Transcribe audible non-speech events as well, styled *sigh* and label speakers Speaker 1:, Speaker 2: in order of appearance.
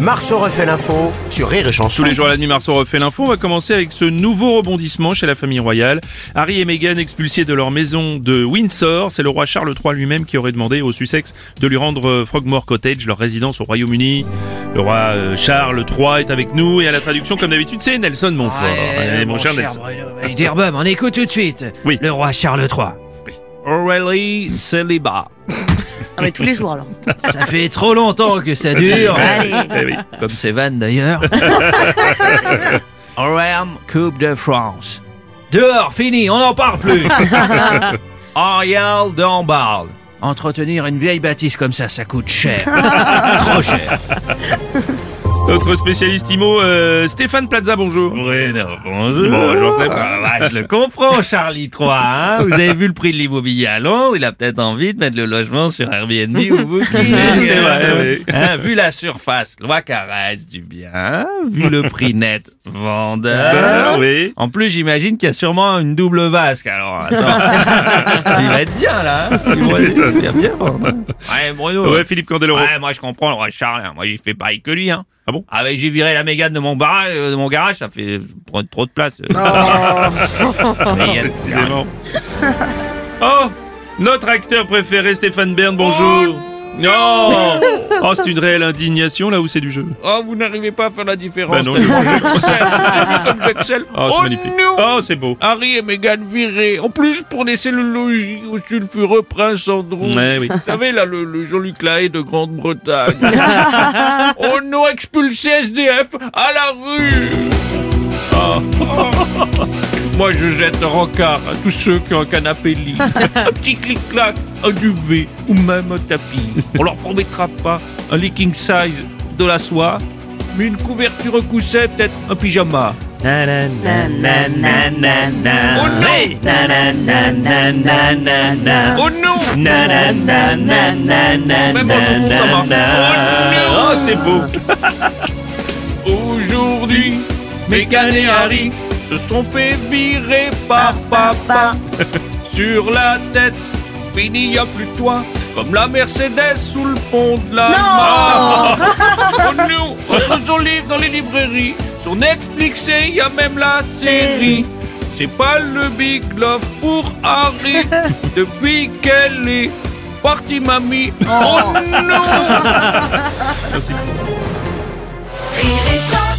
Speaker 1: Marceau refait l'info sur Rire et Chanson.
Speaker 2: Tous les jours à la nuit, Marceau refait l'info. On va commencer avec ce nouveau rebondissement chez la famille royale. Harry et Meghan expulsés de leur maison de Windsor. C'est le roi Charles III lui-même qui aurait demandé au Sussex de lui rendre euh, Frogmore Cottage, leur résidence au Royaume-Uni. Le roi euh, Charles III est avec nous et à la traduction, comme d'habitude, c'est Nelson Montfort. Allez, mon cher Nelson.
Speaker 3: Iderbum, on écoute tout de suite.
Speaker 2: Oui.
Speaker 3: Le roi Charles III.
Speaker 4: Aurélie Célibat.
Speaker 5: Ah mais tous les jours alors.
Speaker 3: Ça fait trop longtemps que
Speaker 2: *laughs*
Speaker 3: ça dure.
Speaker 5: Allez.
Speaker 2: Eh oui.
Speaker 3: Comme ces vannes
Speaker 2: *laughs*
Speaker 3: d'ailleurs. Orem Coupe de France. Dehors, fini, on n'en parle
Speaker 2: *laughs*
Speaker 3: plus. Ariel d'Ambarle. Entretenir une vieille bâtisse comme ça, ça coûte cher.
Speaker 2: *laughs*
Speaker 3: trop cher.
Speaker 2: Notre spécialiste IMO, euh, Stéphane Plaza, bonjour.
Speaker 4: bonjour.
Speaker 2: Bonjour, Stéphane.
Speaker 4: Ah, bah, je le comprends, Charlie 3. Vous avez vu le prix de l'immobilier à Londres. Il a peut-être envie de mettre le logement sur Airbnb ou Booking.
Speaker 2: C'est vrai, oui.
Speaker 4: Hein, vu la surface, loi caresse du bien. Vu le prix net, vendeur.
Speaker 2: Ben, oui.
Speaker 4: En plus, j'imagine qu'il y a sûrement une double vasque. Alors,
Speaker 2: *laughs*
Speaker 4: attends. Il va être bien, là. hein. Il va- il va bien vendre. Ouais, Bruno.
Speaker 2: Ouais, Philippe Candeloro.
Speaker 4: Ouais, moi je comprends le roi Charles, hein. moi j'ai fait pareil que lui. Hein.
Speaker 2: Ah bon
Speaker 4: Ah ben j'ai viré la mégane de mon, bar, euh, de mon garage, ça fait prendre trop de place. euh.
Speaker 2: Ah.
Speaker 4: Mégane, c'est Ah, carrément.
Speaker 2: Décidément. Oh Notre acteur préféré, Stéphane Bern, bonjour. Non Oh, c'est une réelle indignation là où c'est du jeu.
Speaker 4: *laughs* oh, vous n'arrivez pas à faire la
Speaker 2: Bah
Speaker 4: différence.
Speaker 2: non,
Speaker 4: tellement
Speaker 2: je-
Speaker 4: j'excelle, comme j'excelle.
Speaker 2: Oh, c'est magnifique.
Speaker 4: non
Speaker 2: Oh, c'est beau.
Speaker 4: Harry et Mégane virés, en plus pour des cellulogies au sulfureux prince Andrew.
Speaker 2: Ouais, Eh oui.
Speaker 4: Vous savez, là, le, le Jean-Luc Lahaye de
Speaker 2: *laughs*
Speaker 4: Grande-Bretagne. On nous expulsé SDF à la rue.
Speaker 2: *laughs*
Speaker 4: Oh. Moi, je jette un rencard à tous ceux qui ont un
Speaker 2: *laughs*
Speaker 4: canapé lit, un petit clic-clac, un duvet ou même un tapis. On leur promettra pas un leaking size de la soie, mais une couverture coussée, peut-être un pyjama.
Speaker 2: Ah,
Speaker 4: Oh non Oh non Même en chanson, ça marche. Oh
Speaker 2: Oh,
Speaker 4: non
Speaker 2: c'est beau.
Speaker 4: Aujourd'hui, Megan et Harry se sont fait virer par papa. Sur la tête, fini, y a plus que toi. Comme la Mercedes sous le pont de la mare. Oh non On trouve son livre dans les librairies. Sur Netflix, et y a même la série. C'est pas le Big Love pour Harry. Depuis qu'elle est partie, mamie. Oh non
Speaker 5: Rire et Chanson.